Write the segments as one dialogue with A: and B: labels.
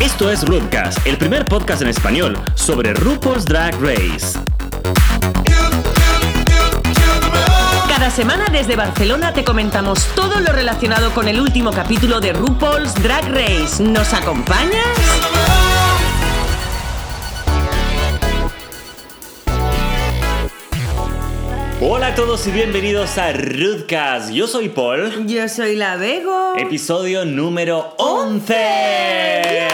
A: Esto es Rubcast, el primer podcast en español sobre RuPaul's Drag Race.
B: Cada semana desde Barcelona te comentamos todo lo relacionado con el último capítulo de RuPaul's Drag Race. ¿Nos acompañas?
A: Hola a todos y bienvenidos a Rudcast. Yo soy Paul.
B: Yo soy la Vego.
A: Episodio número 11.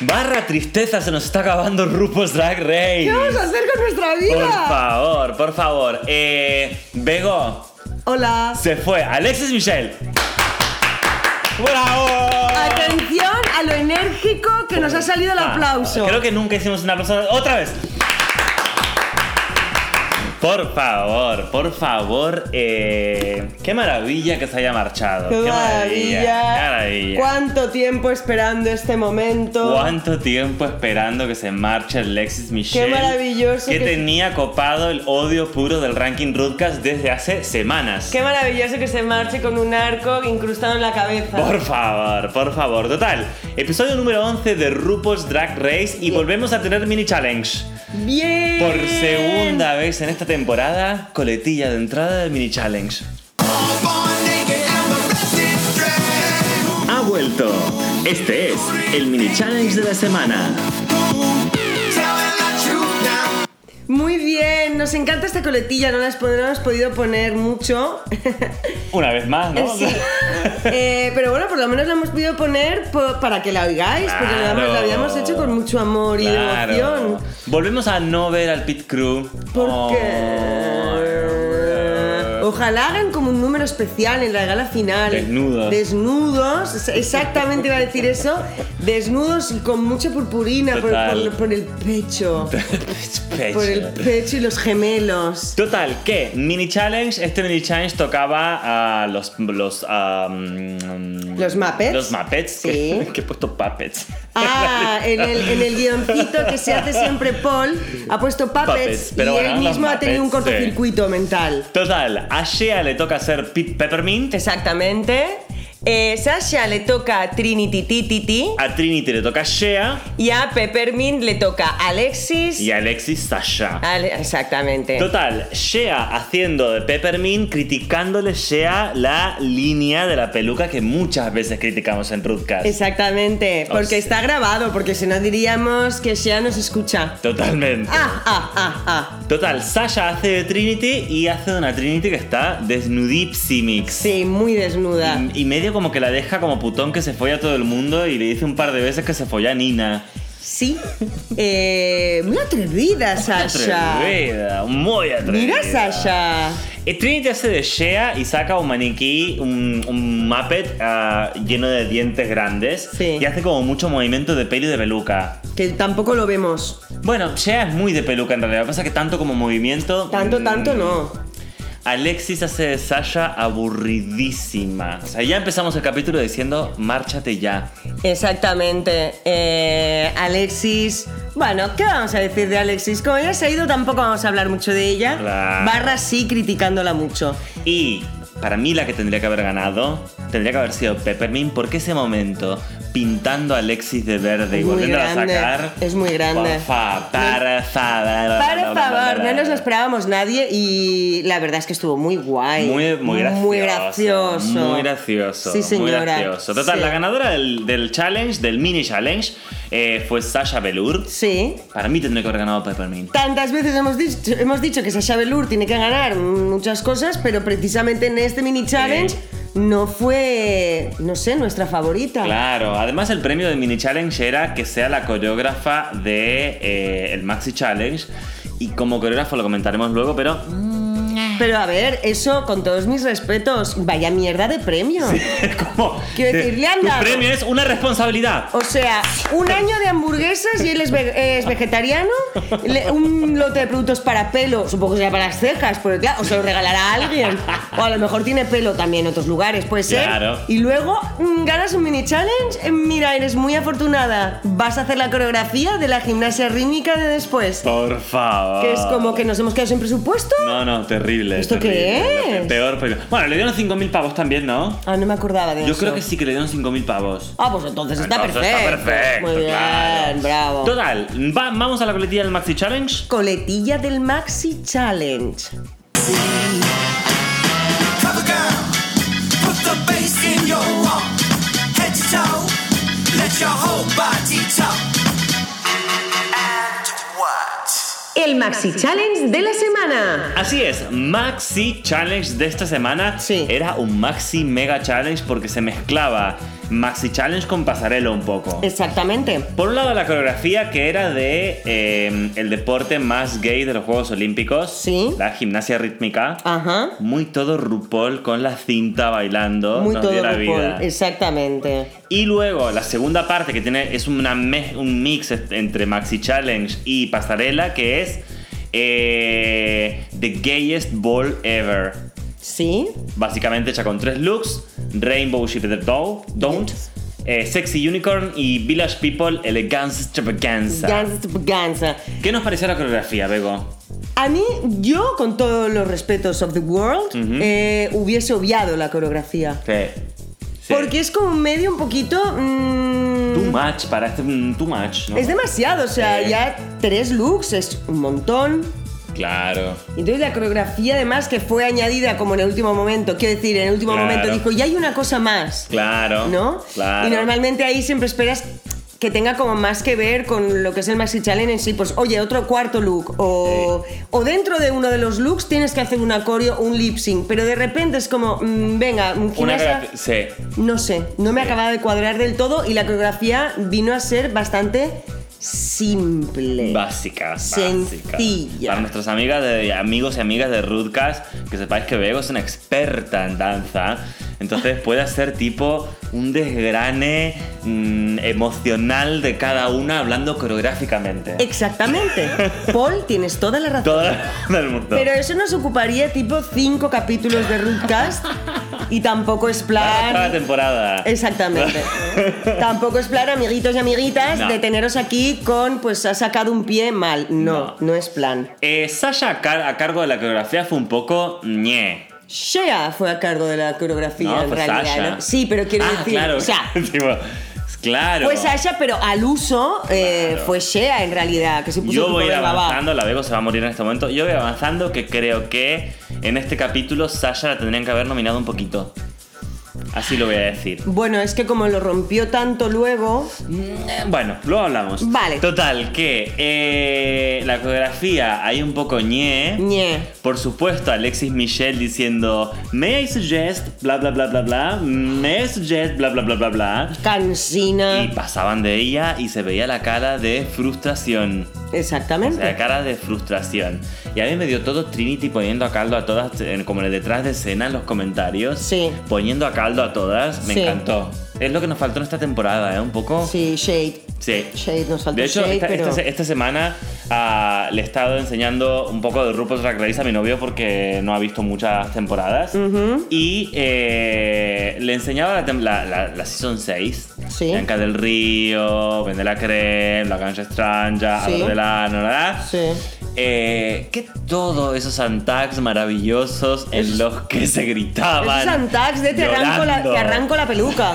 A: Barra tristeza, se nos está acabando RuPaul's Drag Race.
B: ¿Qué vamos a hacer con nuestra
A: Por
B: vida?
A: favor, por favor. Eh, Bego,
B: Hola.
A: se fue. Alexis Michel. ¡Bravo!
B: Atención a lo enérgico que nos ha salido el
A: Ah,
B: aplauso.
A: Creo que nunca hicimos una persona. ¡Otra vez! Por favor, por favor. eh, qué maravilla que se haya marchado.
C: ¡Qué
A: qué
C: maravilla!
A: Qué maravilla.
C: ¿Cuánto tiempo esperando este momento?
A: ¿Cuánto tiempo esperando que se marche Alexis Michel?
C: Qué maravilloso
A: Que,
C: que-
A: tenía copado el odio puro del ranking Rootcast desde hace semanas.
C: Qué maravilloso que se marche con un arco incrustado en la cabeza.
A: Por favor, por favor. Total, episodio número 11 de RuPaul's Drag Race y volvemos a tener mini challenge.
C: Bien.
A: Por segunda vez en esta temporada, coletilla de entrada del mini challenge. Ha vuelto. Este es el mini challenge de la semana.
C: Muy bien, nos encanta esta coletilla, no las pon- no hemos podido poner mucho.
A: Una vez más, ¿no?
C: Sí. Eh, pero bueno, por lo menos la hemos podido poner po- para que la oigáis, porque la,
A: Claro.
C: la habíamos hecho con mucho amor y
A: Claro.
C: emoción.
A: Volvemos a no ver al pit crew. Oh,
C: Porque. Ojalá hagan como un número especial en la gala final.
A: Desnudos.
C: Desnudos, es- exactamente iba a decir eso. Desnudos y con mucha purpurina por,
A: Total.
C: por- por el pecho. Por el pecho y los gemelos.
A: Total, ¿qué? Mini challenge. Este mini challenge tocaba a los. Los. ah, mm,
C: ¿Los Muppets?
A: Los Muppets.
C: Sí.
A: Que, que he puesto Puppets.
C: Ah, en el, en el guioncito que se hace siempre Paul ha puesto puppets,
A: Puppets, pero
C: y
A: bueno,
C: él
A: los
C: mismo ha tenido un
A: Muppets, sí.
C: cortocircuito mental.
A: Total, a Shea le toca hacer Pete Peppermint.
B: Exactamente. Eh, Sasha le toca a Trinity Tititi.
A: A Trinity le toca Shea.
B: Y a Peppermint le toca a Alexis.
A: Y a Alexis Sasha.
B: Ale- Exactamente.
A: Total, Shea haciendo de Peppermint, criticándole Shea la línea de la peluca que muchas veces criticamos en Rootcast.
C: Exactamente,
A: Oh,
C: porque
A: sí.
C: está grabado, porque si no diríamos que Shea nos escucha.
A: Totalmente.
C: Ah, ah, ah, ah.
A: Total, Sasha hace de Trinity y hace de una Trinity que está desnudipsimix.
C: Sí, muy desnuda.
A: Y medio como que la deja como putón que se folla a todo el mundo y le dice un par de veces que se folla a Nina.
C: Sí. Eh, muy atrevida, Sasha.
A: Atrevida, muy atrevida.
C: Mira, Sasha.
A: Eh, Trinity hace de Shea y saca un maniquí, un, un Muppet ah, lleno de dientes grandes.
C: Sí.
A: Y hace como mucho movimiento de pelo y de peluca.
C: Que tampoco lo vemos.
A: Bueno, Shea es muy de peluca en realidad. Lo que pasa es que tanto como movimiento.
C: Tanto,
A: mm,
C: tanto no.
A: Alexis hace de Sasha aburridísima. O sea, ya empezamos el capítulo diciendo, márchate ya.
C: Exactamente. Eh, Alexis. Bueno, ¿qué vamos a decir de Alexis? Como ya se ha ido, tampoco vamos a hablar mucho de ella.
A: Claro.
C: Barra sí, criticándola mucho.
A: Y para mí la que tendría que haber ganado tendría que haber sido Peppermint porque ese momento pintando a Alexis de verde y
C: Muy
A: volviendo a
C: grande,
A: sacar
C: es muy grande.
A: Por fa- para favor.
C: Para favor, no nos lo esperábamos nadie y la verdad es que estuvo muy guay.
A: Muy, muy gracioso.
C: Muy gracioso.
A: Muy gracioso.
C: Sí, señora.
A: Muy gracioso. Total,
C: Sí.
A: la ganadora del, del challenge, del mini challenge, eh, fue Sasha Velour.
C: Sí.
A: Para mí tendría que haber ganado Peppermint.
C: Tantas veces hemos dicho, hemos dicho que Sasha Velour tiene que ganar muchas cosas, pero precisamente en este mini challenge
A: Sí.
C: no fue, no sé, nuestra favorita.
A: Claro, además el premio del mini challenge era que sea la coreógrafa de eh, el maxi challenge y como coreógrafo lo comentaremos luego, pero
C: Pero a ver, eso con todos mis respetos, vaya mierda de premio.
A: como
C: Quiero decir, le han
A: tu
C: dado-
A: premio es una responsabilidad.
C: O sea, un año de hamburguesas y él es, ve- es vegetariano, le- un lote de productos para pelo, supongo que sea para las cejas, porque claro, o se lo regalará a alguien. O a lo mejor tiene pelo también en otros lugares, puede ser.
A: Claro.
C: Y luego mm, ganas un mini challenge, eh, mira, eres muy afortunada, vas a hacer la coreografía de la gimnasia rítmica de después.
A: Por favor.
C: Que es como que nos hemos quedado sin presupuesto.
A: No, no, terrible. terrible.
C: ¿Esto qué
A: terrible.
C: es?
A: Peor, peor. Bueno, le dieron 5.000 pavos también, ¿no?
C: Ah, no me acordaba de eso.
A: Yo creo que sí que le dieron 5.000 pavos.
C: Ah, pues entonces está
A: Entonces
C: perfecto.
A: Está perfecto.
C: Muy bien,
A: claro.
C: bravo.
A: Total, va- vamos a la coletilla del Maxi Challenge.
C: Coletilla del Maxi Challenge.
D: Cover girl, put the bass in your walk. Head to toe, let your whole body talk. And what?
B: El Maxi Challenge de la semana.
A: Así es, Maxi Challenge de esta semana
C: Sí.
A: era un Maxi Mega Challenge porque se mezclaba Maxi Challenge con pasarela un poco.
C: Exactamente.
A: Por un lado la coreografía que era de eh, el deporte más gay de los Juegos Olímpicos,
C: Sí. Ah.
A: la gimnasia rítmica,
C: Ajá.
A: muy todo RuPaul con la cinta bailando,
C: Muy
A: nos
C: todo
A: dio la
C: RuPaul.
A: vida.
C: Exactamente.
A: Y luego la segunda parte que tiene es una me- un mix est- entre Maxi Challenge y Pasarela que es eh, The Gayest Ball Ever.
C: ¿Sí?
A: Básicamente hecha con tres looks, Rainbow Ship the Doll, Don't,
C: Yes.
A: eh, Sexy Unicorn y Village People Elegance Extravaganza.
C: Gansa. Gansa.
A: ¿Qué nos pareció la coreografía, Bego?
C: A mí, yo, con todos los respetos of the world,
A: Ujú.
C: eh, hubiese obviado la coreografía.
A: Sí. Sí.
C: Porque es como un medio un poquito... mm,
A: Too much, para este mm, too much, ¿no?
C: es demasiado, o sea,
A: Sí.
C: ya tres looks es un montón.
A: Claro.
C: Entonces la coreografía además que fue añadida como en el último momento, quiero decir, en el último
A: Claro.
C: momento dijo, ya hay una cosa más,
A: Claro.
C: ¿no?
A: Claro.
C: Y normalmente ahí siempre esperas que tenga como más que ver con lo que es el Maxi Challenge en sí, pues oye, otro cuarto look, o, o dentro de uno de los looks tienes que hacer un acorio, un lip sync, pero de repente es como, mm, venga, mm,
A: Una
C: gimnasia-
A: coreografía- Sí.
C: no sé, no me
A: Sí.
C: acababa de cuadrar del todo y la coreografía vino a ser bastante simple.
A: Básica, básica.
C: Sencilla.
A: Para nuestras amigas de, amigos y amigas de Rudcast, que sepáis que Bego es una experta en danza. Entonces puede hacer tipo un desgrane mm, emocional de cada una hablando coreográficamente.
C: Exactamente. Paul, tienes toda la razón.
A: Todo el mundo.
C: Pero eso nos ocuparía tipo cinco capítulos de Rootcast y tampoco es
A: Para la
C: plan.
A: temporada.
C: Exactamente. tampoco es plan, amiguitos y amiguitas,
A: No.
C: de teneros aquí con pues has sacado un pie mal. No, no,
A: No.
C: es plan.
A: Eh, Sasha a, car- a cargo de la coreografía fue un poco ñe.
C: Shea fue a cargo de la coreografía
A: No,
C: en
A: fue
C: realidad.
A: Sasha.
C: ¿no? Sí, pero quiero
A: Ah,
C: decir,
A: claro.
C: o sea,
A: Tipo, claro.
C: Pues Sasha, pero al uso eh,
A: Claro.
C: fue Shea en realidad, que se puso
A: Yo
C: tipo
A: voy a ir
C: de babá.
A: avanzando, la Bego se va a morir en este momento. Yo voy avanzando que creo que en este capítulo Sasha la tendrían que haber nominado un poquito. Así lo voy a decir.
C: Bueno, es que como lo rompió tanto luego,
A: Eh, Bueno, luego hablamos.
C: Vale.
A: Total, que eh, la coreografía hay un poco ñe.
C: ñe.
A: Por supuesto, Alexis Michel diciendo May I suggest bla bla bla bla bla May I suggest bla bla bla bla bla
C: Cansina.
A: Y pasaban de ella y se veía la cara de frustración
C: Exactamente.
A: O sea, cara de frustración. Y a mí me dio todo Trinity poniendo a caldo a todas, en- como en el detrás de escena, en los comentarios.
C: Sí.
A: Poniendo a caldo a todas, me
C: Sí.
A: encantó. Es lo que nos faltó en esta temporada, ¿eh? Un poco.
C: Sí, Shade.
A: Sí.
C: Shade nos falta
A: De hecho,
C: Shade,
A: esta,
C: pero...
A: esta se- esta semana ah, le he estado enseñando un poco de RuPaul's Drag Race a mi novio porque no ha visto muchas temporadas. Y eh, le enseñaba la, tem- la, la- la Season 6.
C: Sí.
A: Bianca del Río, Vende la Creme, La Cancha Estranja,
C: Sí.
A: Hablar de la ¿verdad?
C: Sí.
A: Eh, que todos esos antags maravillosos en los que se gritaban.
C: Esos Santax de te arranco, la,
A: llorando.
C: te arranco la peluca.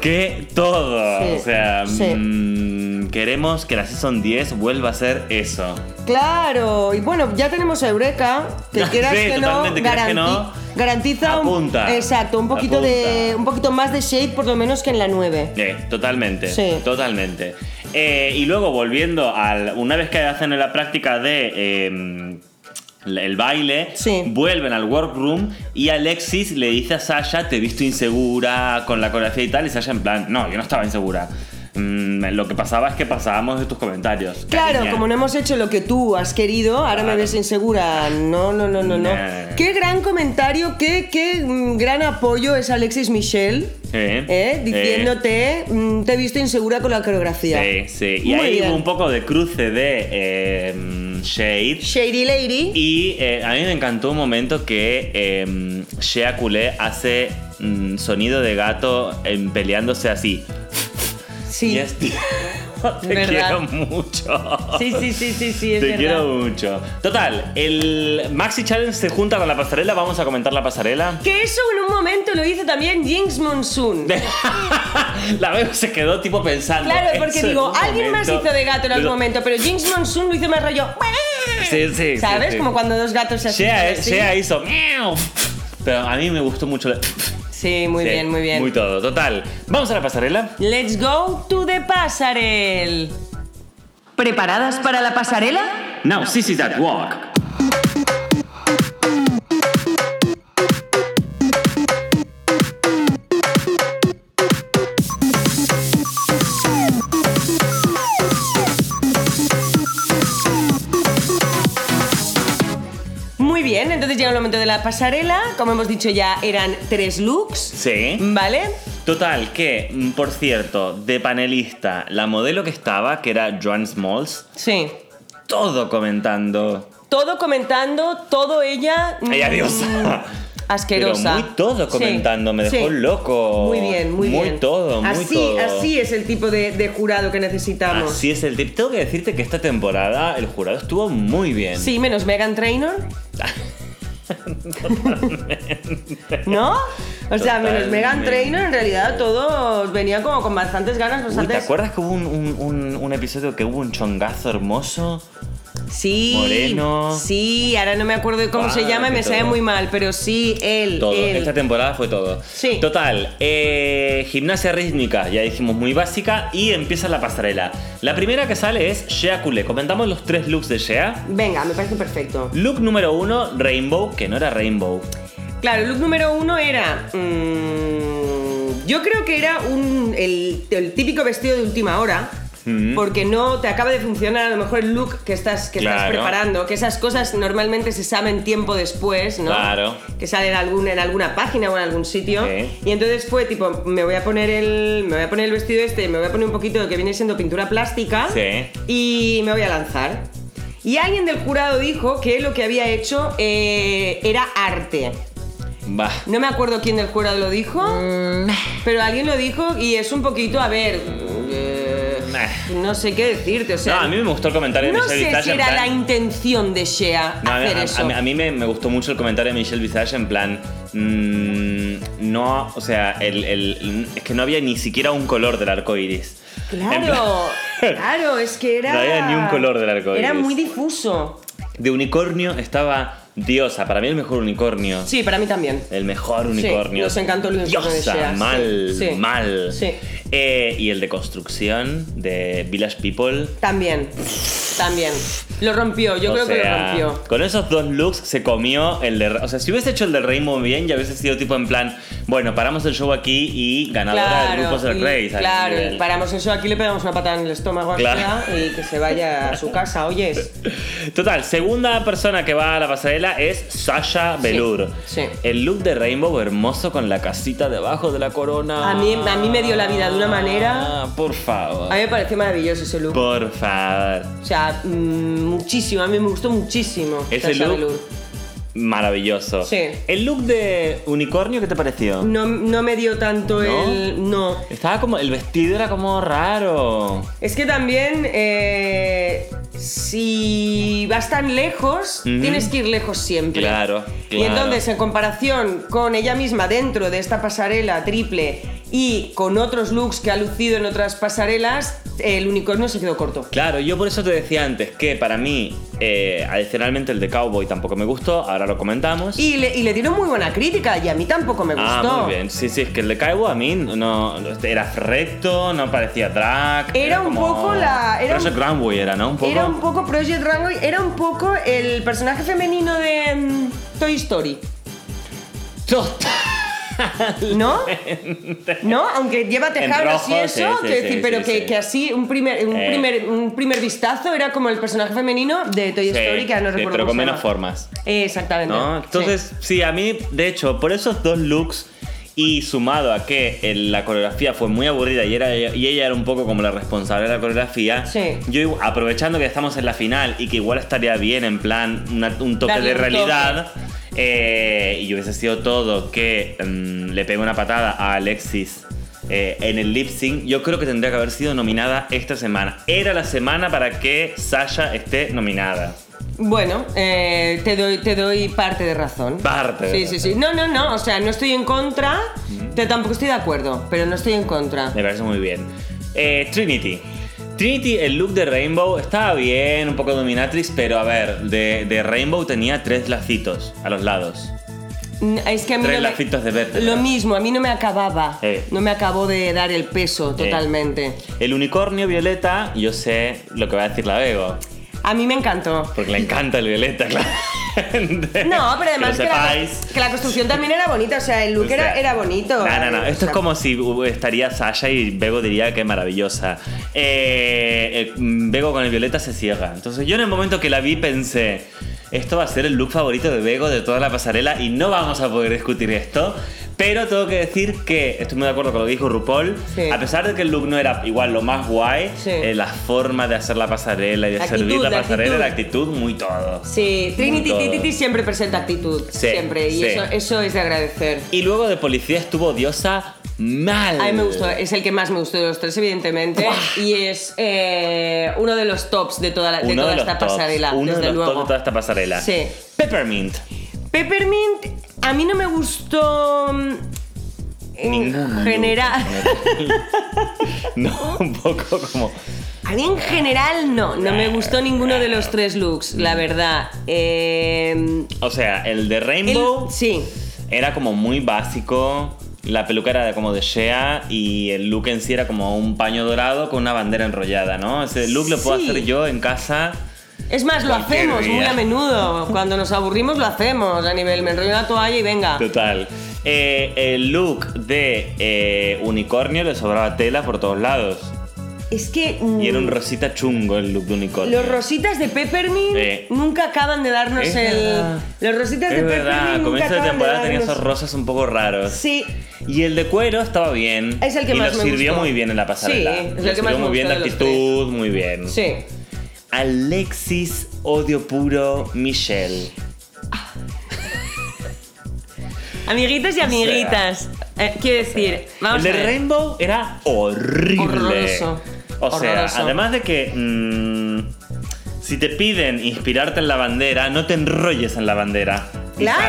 A: que todo.
C: Sí,
A: o sea,
C: sí.
A: mm, queremos que la Season 10 vuelva a ser eso.
C: claro. Y bueno, ya tenemos a Eureka, que
A: Sí,
C: quieras que no,
A: totalmente, quieras que
C: garanti-
A: no,
C: garantiza
A: apunta,
C: un exacto, un poquito de
A: apunta.
C: un poquito más de shade por lo menos que en la 9.
A: Eh, totalmente.
C: Sí.
A: Totalmente. Eh, y luego volviendo al. Una vez que hacen la práctica de. eh, el baile,
C: Sí.
A: vuelven al workroom y Alexis le dice a Sasha, te he visto insegura con la coreografía y tal, y Sasha en plan, no, yo no estaba insegura. Mm, lo que pasaba es que pasábamos de tus comentarios.
C: Claro,
A: cariña".
C: como no hemos hecho lo que tú has querido, ahora me
A: Claro.
C: ves insegura. No, no, no, no, no.
A: Nah.
C: Qué gran comentario, qué, qué mm, gran apoyo es Alexis Michel,
A: Eh,
C: ¿eh?
A: eh.
C: diciéndote, mm, te he visto insegura con la coreografía.
A: Eh, Sí, sí. Y
C: Muy
A: ahí
C: bien.
A: hubo un poco de cruce de eh, Shade.
C: Shady Lady.
A: Y eh, a mí me encantó un momento que eh, Shea Coulee hace mm, sonido de gato em, peleándose así.
C: sí.
A: Y es- te
B: ¿Verdad?
A: quiero mucho.
B: Sí, sí, sí, sí, sí, es
A: Te
B: verdad.
A: quiero mucho. Total, el Maxi Challenge se junta con la pasarela. Vamos a comentar la pasarela.
C: Que eso en un momento lo hizo también Jinx Monsoon.
A: la veo se quedó tipo pensando.
C: Claro, porque
A: "Eso en
C: digo,
A: un
C: alguien más
A: momento".
C: hizo de gato en algún
A: Pero-
C: momento, pero Jinx Monsoon lo hizo más rollo.
A: Sí, sí, sí,
C: ¿Sabes?
A: sí.
C: Como cuando dos gatos se
A: Shea, eh,
C: asustan así.
A: Shea hizo. "Miau". Pero a mí me gustó mucho. la-
C: Sí, muy
A: Sí,
C: bien, muy bien.
A: Muy todo. Total. Vamos a la pasarela.
C: Let's go to the pasarel.
B: ¿Preparadas para la pasarela?
A: Now, Sissy That Walk.
C: Muy bien, entonces llega el momento de la pasarela. Como hemos dicho ya, eran tres looks.
A: Sí.
C: ¿Vale?
A: Total, que, mm, por cierto, de panelista, la modelo que estaba, que era Joan Smalls,
C: Sí.
A: todo comentando.
C: Todo comentando, todo ella. mm,
A: Ella diosa.
C: Asquerosa.
A: Pero muy todo
C: Sí,
A: comentando, me dejó
C: sí.
A: loco.
C: Muy bien, muy, bien.
A: Muy todo, muy
C: así,
A: todo.
C: Así es el tipo de, de jurado que necesitamos.
A: Así es el tip. Tengo que decirte que esta temporada el jurado estuvo muy bien.
C: Sí, menos Megan Trainor. ¿No? O sea, menos Megan
A: Totalmente.
C: Trainor, en realidad todos venían como con bastantes ganas,
A: Uy, ¿Te
C: bastantes.
A: acuerdas que hubo un, un- un- un episodio que hubo un chongazo hermoso?
C: sí.
A: Moreno?
C: Sí, ahora no me acuerdo de cómo se
A: Padre,
C: llama y me
A: todo.
C: sabe muy mal, pero sí, él.
A: Todo.
C: él.
A: Esta temporada fue todo.
C: Sí.
A: Total, eh, gimnasia rítmica, ya dijimos muy básica, y empieza la pasarela. La primera que sale es Shea Kule. Comentamos los tres looks de Shea.
C: Venga, me parece perfecto.
A: Look número uno, Rainbow, que no era Rainbow.
C: Claro, el look número uno era. mm, yo creo que era un, el, el típico vestido de última hora.
A: Mm.
C: Porque no te acaba de funcionar a lo mejor el look que estás, que estás
A: Claro.
C: preparando, que esas cosas normalmente se saben tiempo después, ¿no?
A: Claro.
C: Que sale en, algún, en alguna página o en algún sitio.
A: Sí.
C: Y entonces fue tipo, me voy a poner el. Me voy a poner el vestido este, me voy a poner un poquito de que viene siendo pintura plástica
A: Sí.
C: y me voy a lanzar. Y alguien del jurado dijo que lo que había hecho eh, era arte.
A: Bah.
C: No me acuerdo quién del jurado lo dijo,
A: Mm,
C: pero alguien lo dijo y es un poquito, a ver, eh,
A: Meh.
C: no sé qué decirte, o
A: No,
C: sea,
A: a mí me gustó el comentario de
C: no
A: Michelle
C: sé
A: Visage.
C: si
A: en
C: era la
A: plan-
C: intención de Shea
A: No, a, mí,
C: hacer
A: a- a
C: eso.
A: mí- a mí me, me gustó mucho el comentario de Michelle Visage en plan. mm, no, o sea, el- el- es que no había ni siquiera un color del arco iris. En plan-
C: Claro, claro, es que era.
A: No había ni un color del arco
C: Era
A: iris.
C: muy difuso.
A: de unicornio estaba Diosa, para mí el mejor unicornio.
C: Sí, para mí también.
A: El mejor unicornio.
C: nos encantó el unicornio de
A: Diosa,
C: Shea, sí,
A: mal,
C: sí,
A: mal.
C: sí.
A: Eh, y el de construcción de Village People.
C: También, también. Lo rompió, yo
A: O
C: creo
A: sea,
C: que lo rompió.
A: Con esos dos looks se comió el de. O sea, si hubiese hecho el de Rainbow bien, ya hubiese sido tipo en plan, bueno, paramos el show aquí y ganadora del grupo del
C: y-
A: Rey. ¿sabes?
C: claro,
A: Nivel.
C: y paramos eso aquí, le pegamos una patada en el estómago a
A: Claro.
C: Shea y que se vaya a su casa, oyes.
A: Total, segunda persona que va a la pasarela es Sasha Velour.
C: sí.
A: El look de Rainbow hermoso con la casita debajo de la corona.
C: A mí- a mí me dio la vida de una manera.
A: Ah, Por favor.
C: A mí me pareció maravilloso ese look.
A: Por favor.
C: O sea, mm, muchísimo, a mí me gustó muchísimo.
A: Ese
C: Sasha
A: look.
C: Velour.
A: Maravilloso.
C: Sí.
A: El look de unicornio, ¿qué te pareció?
C: No, no me dio tanto
A: ¿No?
C: el. No.
A: Estaba como. El vestido era como raro.
C: Es que también, eh, si vas tan lejos,
A: Ujú.
C: tienes que ir lejos siempre.
A: Claro,
C: Y
A: claro.
C: entonces, en comparación con ella misma dentro de esta pasarela triple y con otros looks que ha lucido en otras pasarelas, el unicornio se quedó corto.
A: Claro, yo por eso te decía antes que para mí, eh, adicionalmente el de Cowboy tampoco me gustó, ahora lo comentamos.
C: Y le, y le dieron muy buena crítica y a mí tampoco me gustó.
A: Ah, muy bien. Sí, sí, es que el de Cowboy a mí no, no- era recto, no parecía drag.
C: Era un
A: como-
C: poco la- era
A: Pero ese
C: un-
A: Runway era, ¿no? Un poco.
C: Era un poco Project Rango, era un poco el personaje femenino de mm, Toy Story. ¿No? ¿No? Aunque lleva tejanos
A: rojo,
C: y eso,
A: sí, sí,
C: quiero
A: sí,
C: decir, pero
A: sí,
C: que,
A: sí.
C: que así un primer, un,
A: Eh.
C: primer, un primer vistazo era como el personaje femenino de Toy
A: Sí,
C: Story, que ahora no
A: sí,
C: recuerdo
A: pero
C: cómo
A: con
C: se
A: menos
C: llama.
A: formas.
C: Eh, Exactamente.
A: ¿no? Entonces, sí. a mí, de hecho, por esos dos looks y sumado a que el- la coreografía fue muy aburrida y, era, y ella era un poco como la responsable de la coreografía,
C: Sí.
A: yo igu- aprovechando que estamos en la final y que igual estaría bien en plan una- un toque
C: Darle
A: de
C: un toque.
A: realidad. eh, y hubiese sido todo que mm, le pegue una patada a Alexis eh, en el lip sync, yo creo que tendría que haber sido nominada esta semana. Era la semana para que Sasha esté nominada.
C: Bueno, eh, te, doy, te doy parte de razón.
A: Parte de
C: Sí, sí, sí. No, no, no. O sea, no estoy en contra. Te- tampoco estoy de acuerdo, pero no estoy en contra.
A: Me parece muy bien. Eh, Trinity. Trinity, el look de Rainbow estaba bien, un poco dominatrix, pero a ver, de, de Rainbow tenía tres lacitos a los lados.
C: N- Es que a mí
A: Tres
C: no me-
A: lacitos de vértebras.
C: Lo mismo, a mí no me acababa.
A: Eh.
C: No me acabó de dar el peso totalmente.
A: El unicornio violeta, yo sé lo que va a decir la Bego,
C: A mí me encantó.
A: porque le encanta el violeta, claro.
C: No, pero además
A: que
C: que,
A: lo
C: la,
A: sepáis.
C: que la construcción también era bonita, o sea, el look
A: O sea,
C: era, era bonito.
A: No, no, no. Esto
C: O sea,
A: es como si uh, estaría Sasha y Bego diría que es maravillosa. Eh, eh, mm, Bego con el violeta se ciega. Entonces yo en el momento que la vi pensé, esto va a ser el look favorito de Bego de toda la pasarela y no vamos a poder discutir esto. Pero tengo que decir que estoy muy de acuerdo con lo que dijo RuPaul.
C: Sí.
A: A pesar de que el look no era igual lo más guay,
C: Sí.
A: eh, la forma de hacer la pasarela y de
C: La
A: servir
C: actitud,
A: la
C: la
A: pasarela,
C: actitud.
A: la actitud, muy todo.
C: Sí, Trinity
A: Muy todo.
C: Tititi siempre presenta actitud.
A: Sí,
C: siempre. Y
A: sí.
C: eso, eso es de agradecer.
A: Y luego de policía estuvo odiosa mal.
C: A mí me gustó, es el que más me gustó de los tres, evidentemente. Y es eh, uno de los tops de toda, la- de
A: Uno
C: toda
A: los
C: esta
A: tops,
C: pasarela,
A: Uno
C: desde
A: de los
C: luego.
A: tops de toda esta pasarela.
C: Sí.
A: Peppermint.
C: Peppermint, a mí no me gustó. mm, En
A: Ninguno.
C: general.
A: No, un poco como.
C: A mí en general no, no me gustó ninguno de los tres looks, la verdad. Eh,
A: O sea, el de
C: el-
A: Rainbow
C: sí,
A: era como muy básico. La peluca era como de Shea y el look en sí era como un paño dorado con una bandera enrollada, ¿no? Ese look lo puedo
C: Sí.
A: hacer yo en casa.
C: Es más, lo
A: Cualquier
C: hacemos
A: día.
C: muy a menudo. Cuando nos aburrimos lo hacemos a nivel, me enrollo una toalla y venga.
A: Total. Eh, el look de eh, unicornio le sobraba tela por todos lados.
C: Es que
A: Y era un
C: mm,
A: rosita chungo el look de unicornio.
C: los rositas de Peppermint
A: Sí.
C: nunca acaban de darnos
A: Es
C: el...
A: verdad.
C: Los rositas de
A: Es verdad,
C: Peppermint
A: a
C: nunca
A: comienzo de
C: acaban
A: temporada
C: de
A: tenía
C: darnos...
A: esos rosas un poco raros.
C: Sí,
A: Y el de cuero estaba bien.
C: Es el que
A: y
C: más
A: nos
C: me
A: sirvió
C: gustó.
A: muy bien en la pasarela.
C: Sí, es el
A: Nos
C: que
A: sirvió
C: más me
A: muy bien la
C: gustó de los
A: actitud, muy bien.
C: sí.
A: Alexis, odio puro, Michelle.
C: Amiguitos y amiguitas, eh, quiero decir, vamos
A: el
C: a
A: de
C: ver.
A: Rainbow era horrible.
C: Horroroso.
A: O sea,
C: Horroroso.
A: además de que. mm, si te piden inspirarte en la bandera, no te enrolles en la bandera. y
C: Claro,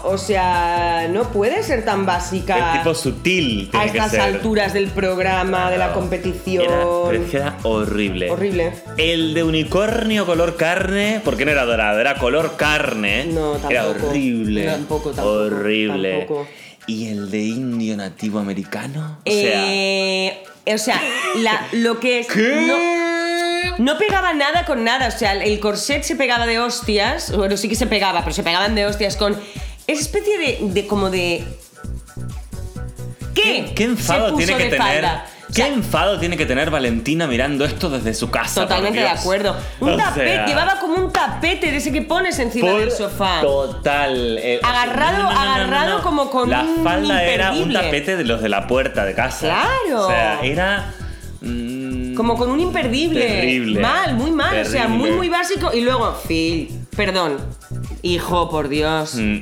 A: salgas.
C: o sea, no puede ser tan básica.
A: Es tipo sutil.
C: a
A: tiene que
C: estas
A: ser.
C: alturas del programa, de la competición.
A: Era, pero es que era horrible.
C: Horrible.
A: El de unicornio color carne, porque no era dorado, era color carne.
C: No, tampoco.
A: Era horrible.
C: Tampoco, tampoco,
A: Horrible.
C: tampoco.
A: Y el de indio nativo americano. O sea.
C: Eh, O sea, la- lo que es. No,
A: ¿Qué?
C: no pegaba nada con nada. O sea, el corset se pegaba de hostias. Bueno, sí que se pegaba, pero se pegaban de hostias con. Esa especie de. de como de. ¿Qué?
A: ¿Qué
C: Se
A: enfado
C: puso
A: tiene que
C: de
A: tener?
C: falda? O
A: ¿Qué
C: sea,
A: enfado tiene que tener Valentina mirando esto desde su casa? por
C: Totalmente de
A: Dios?
C: acuerdo. Un
A: O
C: tapete,
A: sea,
C: llevaba como un tapete de ese que pones encima
A: por
C: del sofá.
A: Total. eh,
C: Agarrado- agarrado como con
A: La
C: un
A: falda era un
C: imperdible.
A: tapete de los de la puerta de casa.
C: Claro.
A: O sea, era. mm,
C: Como con un imperdible.
A: Terrible.
C: Mal, muy mal. O sea, muy,
A: Terrible.
C: muy básico. Y luego, Phil, perdón. Hijo, por Dios.
A: mm,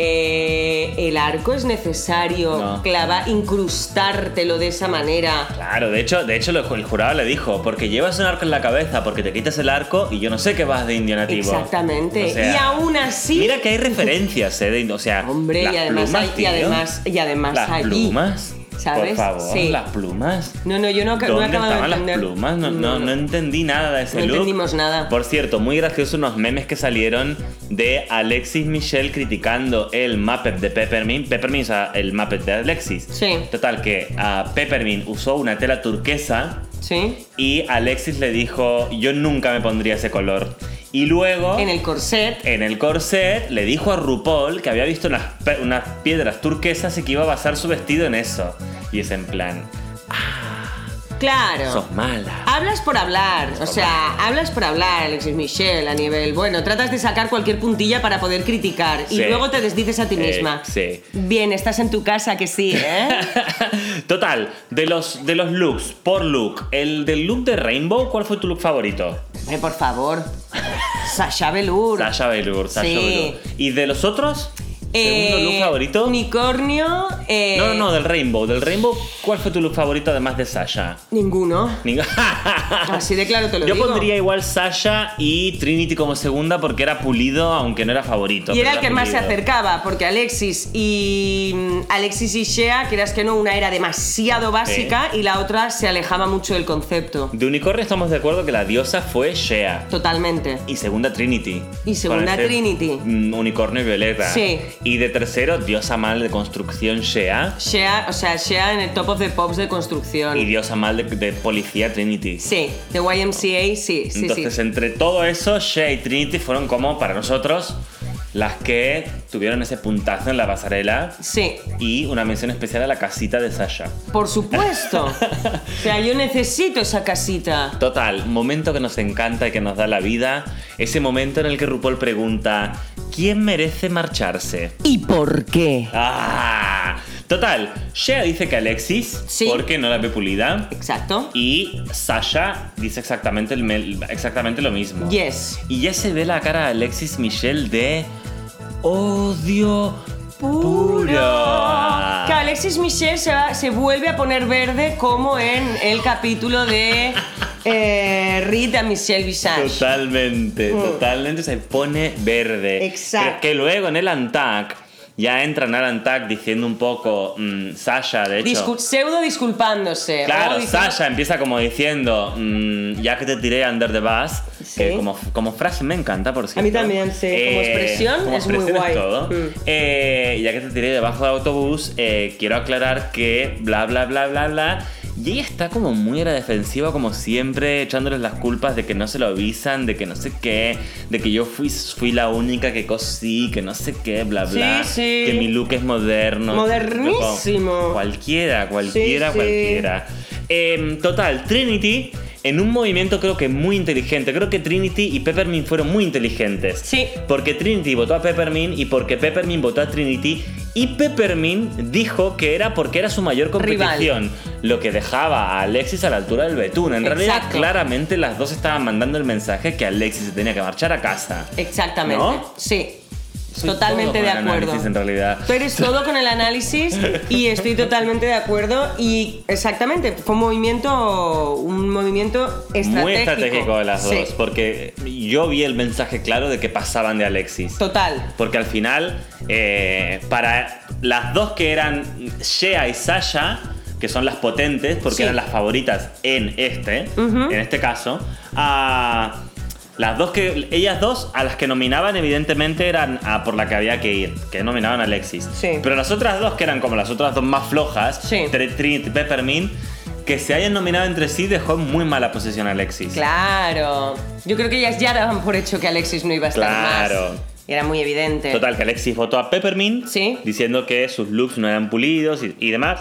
C: Eh, el arco es necesario.
A: No.
C: Clava, incrustártelo de esa manera.
A: Claro, de hecho, de hecho lo- el jurado le dijo, porque llevas un arco en la cabeza, porque te quitas el arco y yo no sé qué vas de indio nativo.
C: Exactamente.
A: O sea,
C: y aún así.
A: Mira que hay referencias, eh, de indio, o sea,
C: Hombre,
A: las
C: y además,
A: plumas,
C: hay- y
A: tío.
C: además, y además
A: las
C: allí.
A: plumas, por
C: ¿sabes?
A: favor,
C: Sí.
A: las plumas.
C: No, no, yo no, ac- no
A: ¿Dónde
C: acabo de
A: estaban las
C: entender.
A: plumas? No, no, no entendí nada de ese
C: No
A: look.
C: entendimos nada.
A: Por cierto, muy graciosos unos memes que salieron de Alexis Michel criticando el Muppet de Peppermint. Peppermint, o sea, el Muppet de Alexis.
C: Sí.
A: Total, que a Peppermint usó una tela turquesa
C: Sí.
A: y Alexis le dijo, yo nunca me pondría ese color. Y luego...
C: En el corset.
A: En el corset le dijo a RuPaul que había visto unas, pe- unas piedras turquesas y que iba a basar su vestido en eso. Y es en plan,
C: Claro.
A: sos mala.
C: Hablas por hablar, o sea, hablas por hablar, Alexis Michel, a nivel. Bueno, tratas de sacar cualquier puntilla para poder criticar y
A: Sí.
C: luego te desdices a ti
A: Eh,
C: misma.
A: sí.
C: Bien, estás en tu casa, que sí, ¿eh?
A: Total, de los, de los looks, por look, el del look de Rainbow, ¿cuál fue tu look favorito?
C: Hombre, por favor. Sasha Velour.
A: Sasha Velour, Sasha
C: Sí. Eh,
A: Velour. ¿Y de los otros? ¿Segundo look favorito?
C: Unicornio. eh,
A: No, no, no, del Rainbow. Del Rainbow, ¿cuál fue tu look favorito además de Sasha?
C: Ninguno.
A: Ning-
C: Así de claro te lo
A: Yo
C: digo.
A: pondría igual Sasha y Trinity como segunda porque era pulido, aunque no era favorito.
C: Y
A: pero
C: era el que más se
A: pulido.
C: acercaba, porque Alexis y mm, Alexis y Shea, quieras que no, una era demasiado básica y la otra se alejaba mucho del concepto.
A: De unicornio estamos de acuerdo que la diosa fue Shea.
C: Totalmente.
A: Y segunda Trinity.
C: Y segunda
A: Con ese,
C: Trinity.
A: mm, Unicornio y Violeta.
C: Sí.
A: Y de tercero, diosa mal de construcción Shea.
C: Shea, o sea, Shea en el top of the pops de construcción.
A: Y diosa mal de, de policía Trinity.
C: Sí, de YMCA, sí, sí,
A: Entonces,
C: sí.
A: entre todo eso, Shea y Trinity fueron como, para nosotros, las que tuvieron ese puntazo en la pasarela.
C: Sí,
A: Y una mención especial a la casita de Sasha.
C: por supuesto. o sea, yo necesito esa casita.
A: Total, momento que nos encanta y que nos da la vida. Ese momento en el que RuPaul pregunta: ¿Quién merece marcharse?
B: ¿Y por qué?
A: ¡Ah! Total, Shea dice que Alexis,
C: Sí.
A: porque no la ve pulida.
C: Exacto.
A: Y Sasha dice exactamente, el mel- exactamente lo mismo.
C: Yes.
A: Y ya se ve la cara de Alexis Michelle de odio puro.
C: Que Alexis Michel se, va- se vuelve a poner verde como en el capítulo de eh, Rita Michelle Visage.
A: Totalmente, totalmente se pone verde.
C: Mm. Exacto.
A: Pero que luego en el Antac ya entran al Antac diciendo un poco mm, Sasha, de hecho.
C: Discu- pseudo disculpándose. o
A: Claro,
C: diciendo-
A: Sasha empieza como diciendo, mm, ya que te tiré under the bus,
C: Sí.
A: que como, como frase me encanta, por cierto. Eh,
C: mí también, sí, como expresión
A: como
C: es muy
A: expresión
C: guay.
A: todo.
C: Mm.
A: Eh, ya que te tiré debajo del autobús, eh, quiero aclarar que bla, bla, bla, bla, bla. Y ella está como muy a la defensiva, como siempre, echándoles las culpas de que no se lo avisan, de que no sé qué, de que yo fui, fui la única que cosí, que no sé qué, bla,
C: Sí,
A: bla.
C: sí.
A: Que mi look es moderno.
C: Modernísimo.
A: Cualquiera, cualquiera,
C: Sí, sí.
A: cualquiera. Em, total, Trinity, en un movimiento creo que muy inteligente. Creo que Trinity y Peppermint fueron muy inteligentes.
C: Sí.
A: Porque Trinity votó a Peppermint y porque Peppermint votó a Trinity. Y Peppermint dijo que era porque era su mayor competición. Lo que dejaba a Alexis a la altura del betún. En realidad,
C: Exacto.
A: claramente las dos estaban mandando el mensaje que Alexis se tenía que marchar a casa.
C: Exactamente.
A: ¿No?
C: Sí.
A: Soy
C: totalmente
A: todo
C: de
A: con el
C: acuerdo.
A: análisis, en realidad.
C: Tú eres todo con el análisis y estoy totalmente de acuerdo. Y exactamente, fue un movimiento, un movimiento estratégico.
A: Muy estratégico de las dos, pues.
C: Sí,
A: porque yo vi el mensaje claro de que pasaban de Alexis.
C: Total.
A: Porque al final, eh, para las dos que eran Shea y Sasha, que son las potentes, porque
C: Sí.
A: eran las favoritas en este,
C: Ujú.
A: en este caso, a las dos que, ellas dos, a las que nominaban evidentemente eran a por la que había que ir, que nominaban a Alexis.
C: Sí.
A: Pero las otras dos, que eran como las otras dos más flojas,
C: Sí.
A: Tr- Trinity y Peppermint, que se hayan nominado entre sí dejó en muy mala posición a Alexis.
C: Claro. Yo creo que ellas ya daban por hecho que Alexis no iba a estar
A: Claro.
C: más. Era muy evidente.
A: Total, que Alexis votó a Peppermint
C: Sí.
A: diciendo que sus looks no eran pulidos y, y demás.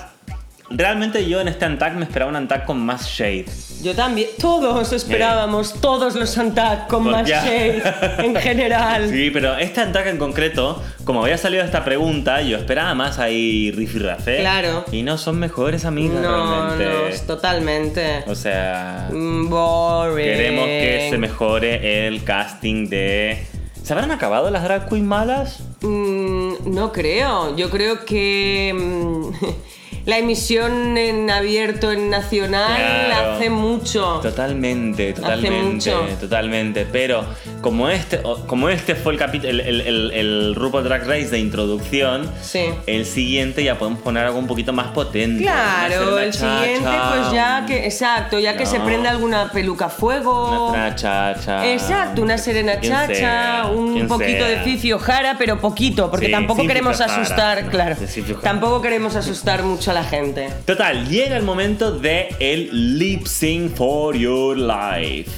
A: Realmente yo en este Antac me esperaba un Antac con más shade.
C: Yo también. Todos esperábamos, todos los Santac con
A: Por-
C: más
A: Pues ya.
C: shade en general.
A: Sí, pero este Antac en concreto, como había salido esta pregunta, yo esperaba más ahí Riff y Rafe.
C: Claro.
A: Y no son mejores
C: no,
A: amigas
C: no,
A: realmente.
C: es totalmente.
A: O sea,
C: Mm, Boring.
A: queremos que se mejore el casting de... ¿Se habrán acabado las drag queen malas?
C: Mm, no creo. Yo creo que mm, la emisión en abierto en nacional
A: Claro.
C: hace mucho.
A: Totalmente, totalmente,
C: mucho.
A: totalmente. Pero como este, o- como este fue el capítulo, el, el, el, el RuPaul Drag Race de introducción,
C: Sí.
A: el siguiente ya podemos poner algo un poquito más potente. Hacer
C: Claro,
A: una
C: el siguiente
A: cha-cha,
C: pues ya que, exacto, ya que se
A: No.
C: prenda alguna peluca a fuego.
A: Una chacha.
C: Exacto, una serena chacha, un poquito de Fifi O'Hara, pero poquito, porque
A: Sí,
C: tampoco
A: Fifi
C: queremos
A: O'Hara,
C: asustar,
A: no,
C: claro,
A: de Fifi O'Hara.
C: tampoco queremos asustar mucho a la gente.
A: Total, llega el momento de el lip sync for your life.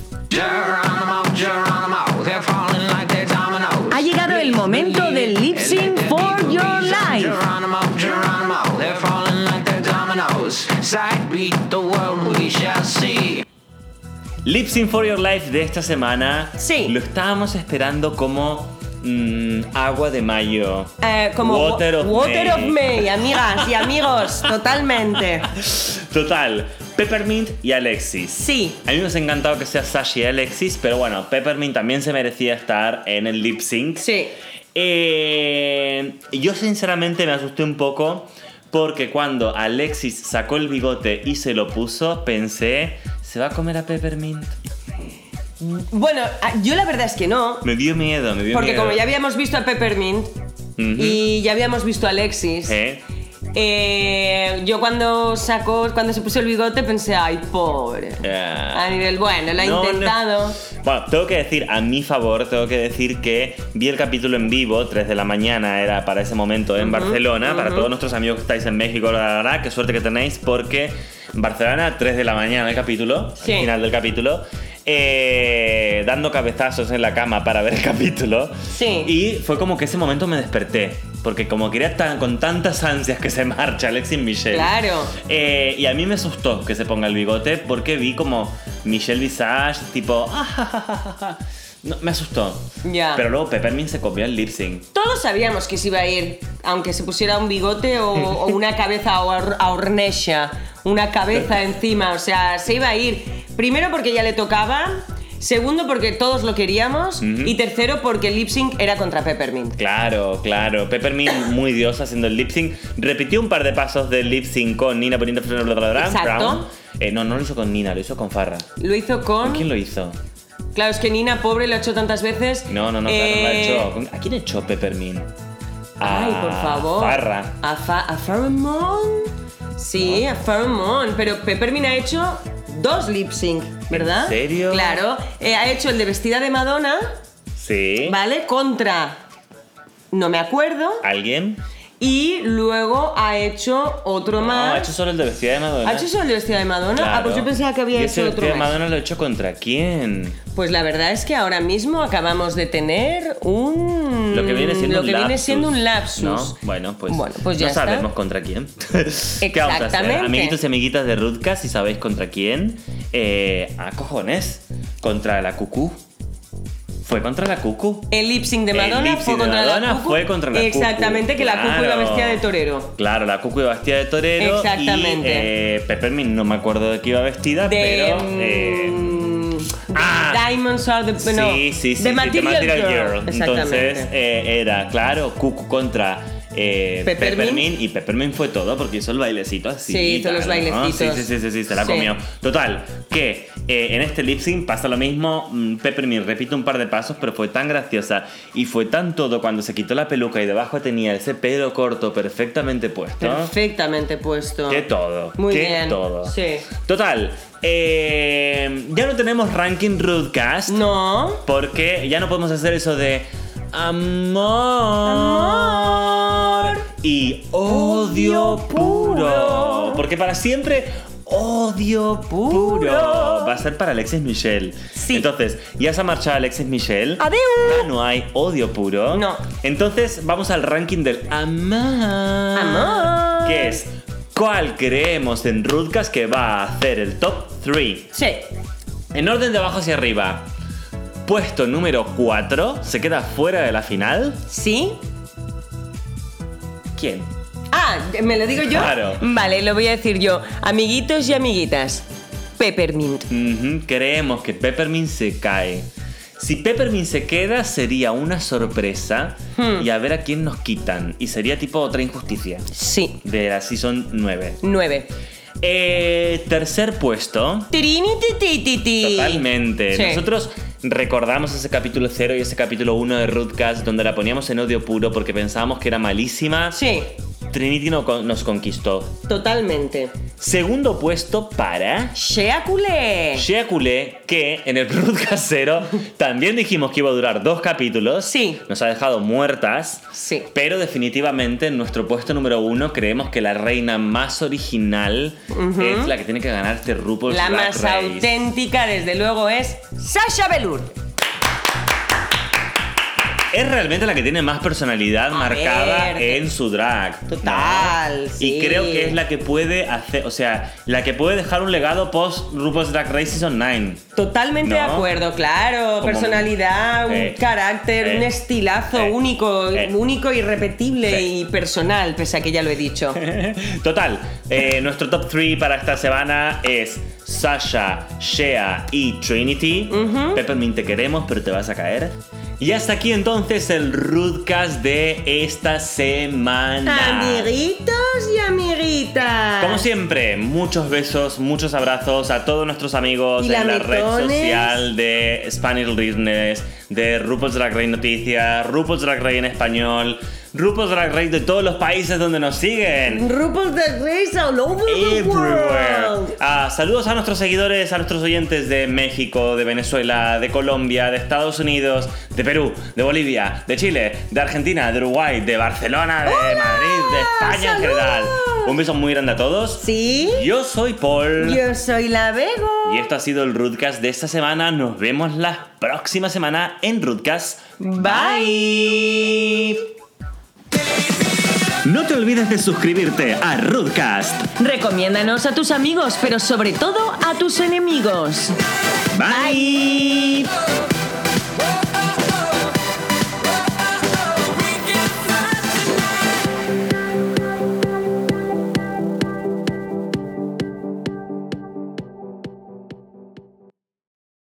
E: Geronimo, Geronimo, they're falling like they're dominoes.
B: Ha llegado el momento del lip sync for your life.
E: Geronimo, Geronimo, they're falling like they're dominoes. Side beat the world we shall see.
A: Lip Sync for Your Life de esta semana.
C: Sí.
A: Lo estábamos esperando como mm, agua de mayo.
C: Eh, como
A: Water of
C: Water
A: May.
C: of May, amigas y amigos, totalmente.
A: Total, Peppermint y Alexis.
C: Sí.
A: A mí me ha encantado que sea Sasha y Alexis, pero bueno, Peppermint también se merecía estar en el lip sync.
C: Sí.
A: Eh, yo sinceramente me asusté un poco porque cuando Alexis sacó el bigote y se lo puso, pensé, se va a comer a Peppermint.
C: Bueno, a- yo la verdad es que no.
A: Me dio miedo, me dio
C: Porque
A: miedo.
C: como ya habíamos visto a Peppermint y ya habíamos visto a Alexis,
A: ¿Eh?
C: eh, yo cuando sacó, cuando se puso el bigote pensé, ay, pobre.
A: Ah.
C: A nivel, bueno, lo ha
A: No, no.
C: intentado.
A: Bueno, tengo que decir, a mi favor, tengo que decir que vi el capítulo en vivo, 3 de la mañana era para ese momento en Barcelona, para todos nuestros amigos que estáis en México, la verdad, qué suerte que tenéis porque Barcelona, 3 de la mañana el capítulo,
C: Sí.
A: al final del capítulo. eh, dando cabezazos en la cama para ver el capítulo.
C: Sí.
A: Y fue como que ese momento me desperté. Porque como quería tan, con tantas ansias que se marcha Alexis Michelle.
C: Claro.
A: Eh, y a mí me asustó que se ponga el bigote porque vi como Michelle Visage, tipo. "Ah, ja, ja, ja, ja". No, me asustó.
C: Ya.
A: Pero luego Peppermint se copió el lip sync.
C: Todos sabíamos que se iba a ir, aunque se pusiera un bigote o, o una cabeza a, hor- a hornella, una cabeza encima, o sea, se iba a ir. Primero porque ya le tocaba, segundo porque todos lo queríamos y tercero porque el lip sync era contra Peppermint.
A: Claro, claro. Peppermint, muy diosa haciendo el lip sync. Repitió un par de pasos del lip sync con Nina poniendo freno bla, bla, bla,
C: Exacto.
A: Brown. Eh, no, no lo hizo con Nina, lo hizo con Farrah.
C: Lo hizo con...
A: ¿Con quién lo hizo?
C: Claro, es que Nina, pobre, lo ha hecho tantas veces.
A: No, no, no, claro, la
C: Eh,
A: echó. ¿Con- ¿A quién echó Peppermint?
C: Ay,
A: A
C: por favor.
A: Farrah.
C: A, Fa a Pheromone. Sí, a Pheromone. Pero Peppermint ha hecho dos lip sync, ¿verdad?
A: ¿En serio?
C: Claro. Eh, ha hecho el de vestida de Madonna,
A: Sí.
C: ¿vale? Contra. No me acuerdo.
A: ¿Alguien?
C: Y luego ha hecho otro más.
A: No, ha hecho solo el de vestida de Madonna.
C: ¿Ha hecho solo el de vestida de Madonna? Ah,
A: Claro.
C: pues yo pensaba que había
A: ¿Y
C: hecho
A: ese
C: otro
A: tío
C: más.
A: Madonna lo ha hecho contra quién?
C: Pues la verdad es que ahora mismo acabamos de tener un.
A: Lo que viene siendo
C: Mm, lo
A: un
C: que
A: lapsus.
C: viene siendo un lapsus.
A: ¿No? Bueno, pues,
C: Bueno, pues ya
A: no
C: está.
A: sabemos contra quién. ¿Qué vamos a hacer?
C: Exactamente.
A: Amiguitos y amiguitas de Rudcast, si sabéis contra quién, eh, a cojones, contra la cucú. Fue contra la cucú.
C: El lip sync de Madonna,
A: El lip
C: fue,
A: sync de
C: contra la
A: Madonna
C: Cucu.
A: fue contra la Cucu.
C: Exactamente, que la Cucu iba
A: Claro.
C: vestida de torero.
A: Claro, la cucu iba vestida de torero.
C: Exactamente.
A: Y, eh, Peppermint, no me acuerdo de qué iba vestida,
C: De.
A: pero. eh,
C: mm, de
A: ah.
C: Diamonds are the.
A: Sí,
C: no,
A: sí, sí, sí,
C: The
A: The
C: Material,
A: Material
C: Girl.
A: Girl.
C: Exactamente.
A: Entonces eh, era, claro, Cucu contra eh,
C: Peppermint.
A: Peppermint. y Peppermint fue todo porque hizo el bailecito así.
C: Sí,
A: y
C: hizo
A: tal,
C: los
A: ¿no?
C: bailecitos.
A: Sí, sí, sí, sí, sí, se la
C: Sí.
A: comió. Total, que eh, en este lip sync pasa lo mismo. mm, Peppermint repite un par de pasos, pero fue tan graciosa y fue tan todo cuando se quitó la peluca y debajo tenía ese pelo corto perfectamente puesto.
C: Perfectamente puesto.
A: Que todo.
C: Muy
A: que
C: bien.
A: todo.
C: Sí.
A: Total, eh, ya no tenemos ranking Rootcast.
C: No.
A: Porque ya no podemos hacer eso de amor, y odio puro. Porque para siempre odio puro, va a ser para Alexis Michel.
C: Sí.
A: Entonces, ya se ha marchado Alexis Michel.
C: Adeu.
A: Ya no hay odio puro.
C: No.
A: Entonces, vamos al ranking del amor.
C: Amor.
A: Que es cuál creemos en Rutgers que va a hacer el top 3.
C: Sí.
A: En orden de abajo hacia arriba, puesto número 4, se queda fuera de la final.
C: Sí.
A: ¿Quién?
C: Ah, ¿me lo digo yo?
A: Claro.
C: Vale, lo voy a decir yo. Amiguitos y amiguitas. Peppermint.
A: Ujú, creemos que Peppermint se cae. Si Peppermint se queda, sería una sorpresa
C: Hmm.
A: y a ver a quién nos quitan. Y sería tipo otra injusticia
C: Sí.
A: de la Season 9.
C: Nueve.
A: Eh, tercer puesto.
C: Tirini, ti, ti, ti, ti.
A: Totalmente.
C: Sí.
A: Nosotros recordamos ese capítulo 0 y ese capítulo 1 de Rootcast donde la poníamos en odio puro porque pensábamos que era malísima.
C: Sí,
A: Trinity no con- nos conquistó.
C: totalmente.
A: Segundo puesto para
C: Shea Culé.
A: Shea Coulee, que en el podcast cero también dijimos que iba a durar dos capítulos.
C: Sí.
A: Nos ha dejado muertas.
C: Sí.
A: Pero definitivamente en nuestro puesto número uno creemos que la reina más original es la que tiene que ganar este RuPaul's
C: La
A: Drag
C: más
A: Race.
C: auténtica, desde luego, es Sasha Velour.
A: Es realmente la que tiene más personalidad
C: A
A: marcada
C: ver.
A: en su drag.
C: Total, sí.
A: Y creo que es la que puede hacer, o sea, la que puede dejar un legado post RuPaul's Drag Race Season 9.
C: Totalmente de
A: No.
C: acuerdo, claro.
A: Como-
C: Personalidad, un
A: Eh,
C: carácter,
A: eh,
C: un estilazo
A: eh,
C: único,
A: eh.
C: único, irrepetible
A: Sí.
C: y personal, pese a que ya lo he dicho.
A: Total, eh, nuestro top 3 para esta semana es Sasha, Shea y Trinity. Peppermint te queremos, pero te vas a caer. Y hasta aquí entonces el Rudcast de esta semana.
C: Amiguitos y amiguitas.
A: Como siempre, muchos besos, muchos abrazos a todos nuestros amigos
C: Y
A: en la red
C: lametones.
A: social de Spanish Business, de RuPaul's Drag Race Noticias, RuPaul's Drag Race en español, RuPaul's Drag Race de todos los países donde nos siguen.
C: RuPaul's Drag Race all over the
A: Everywhere.
C: world.
A: Ah, saludos a nuestros seguidores, a nuestros oyentes de México, de Venezuela, de Colombia, de Estados Unidos, de Perú, de Bolivia, de Chile, de Argentina, de Uruguay, de Barcelona, de Madrid, de España en
C: ¡Saludos!
A: general. Un beso muy grande a todos.
C: Sí.
A: Yo soy Paul.
C: Yo soy la Bego.
A: Y esto ha sido el Rudcast de esta semana. Nos vemos la próxima semana en Rudcast. Bye. No te olvides de suscribirte a Rudcast.
B: Recomiéndanos a tus amigos, pero sobre todo a tus enemigos.
A: Bye.
B: Bye.
D: Oh,